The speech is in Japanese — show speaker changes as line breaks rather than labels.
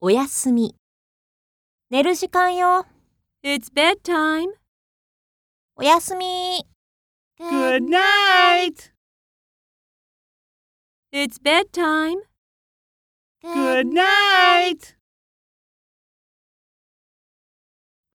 おやすみ。寝る時間よ。
It's bedtime.
おやすみ。
night. It's bedtime. night.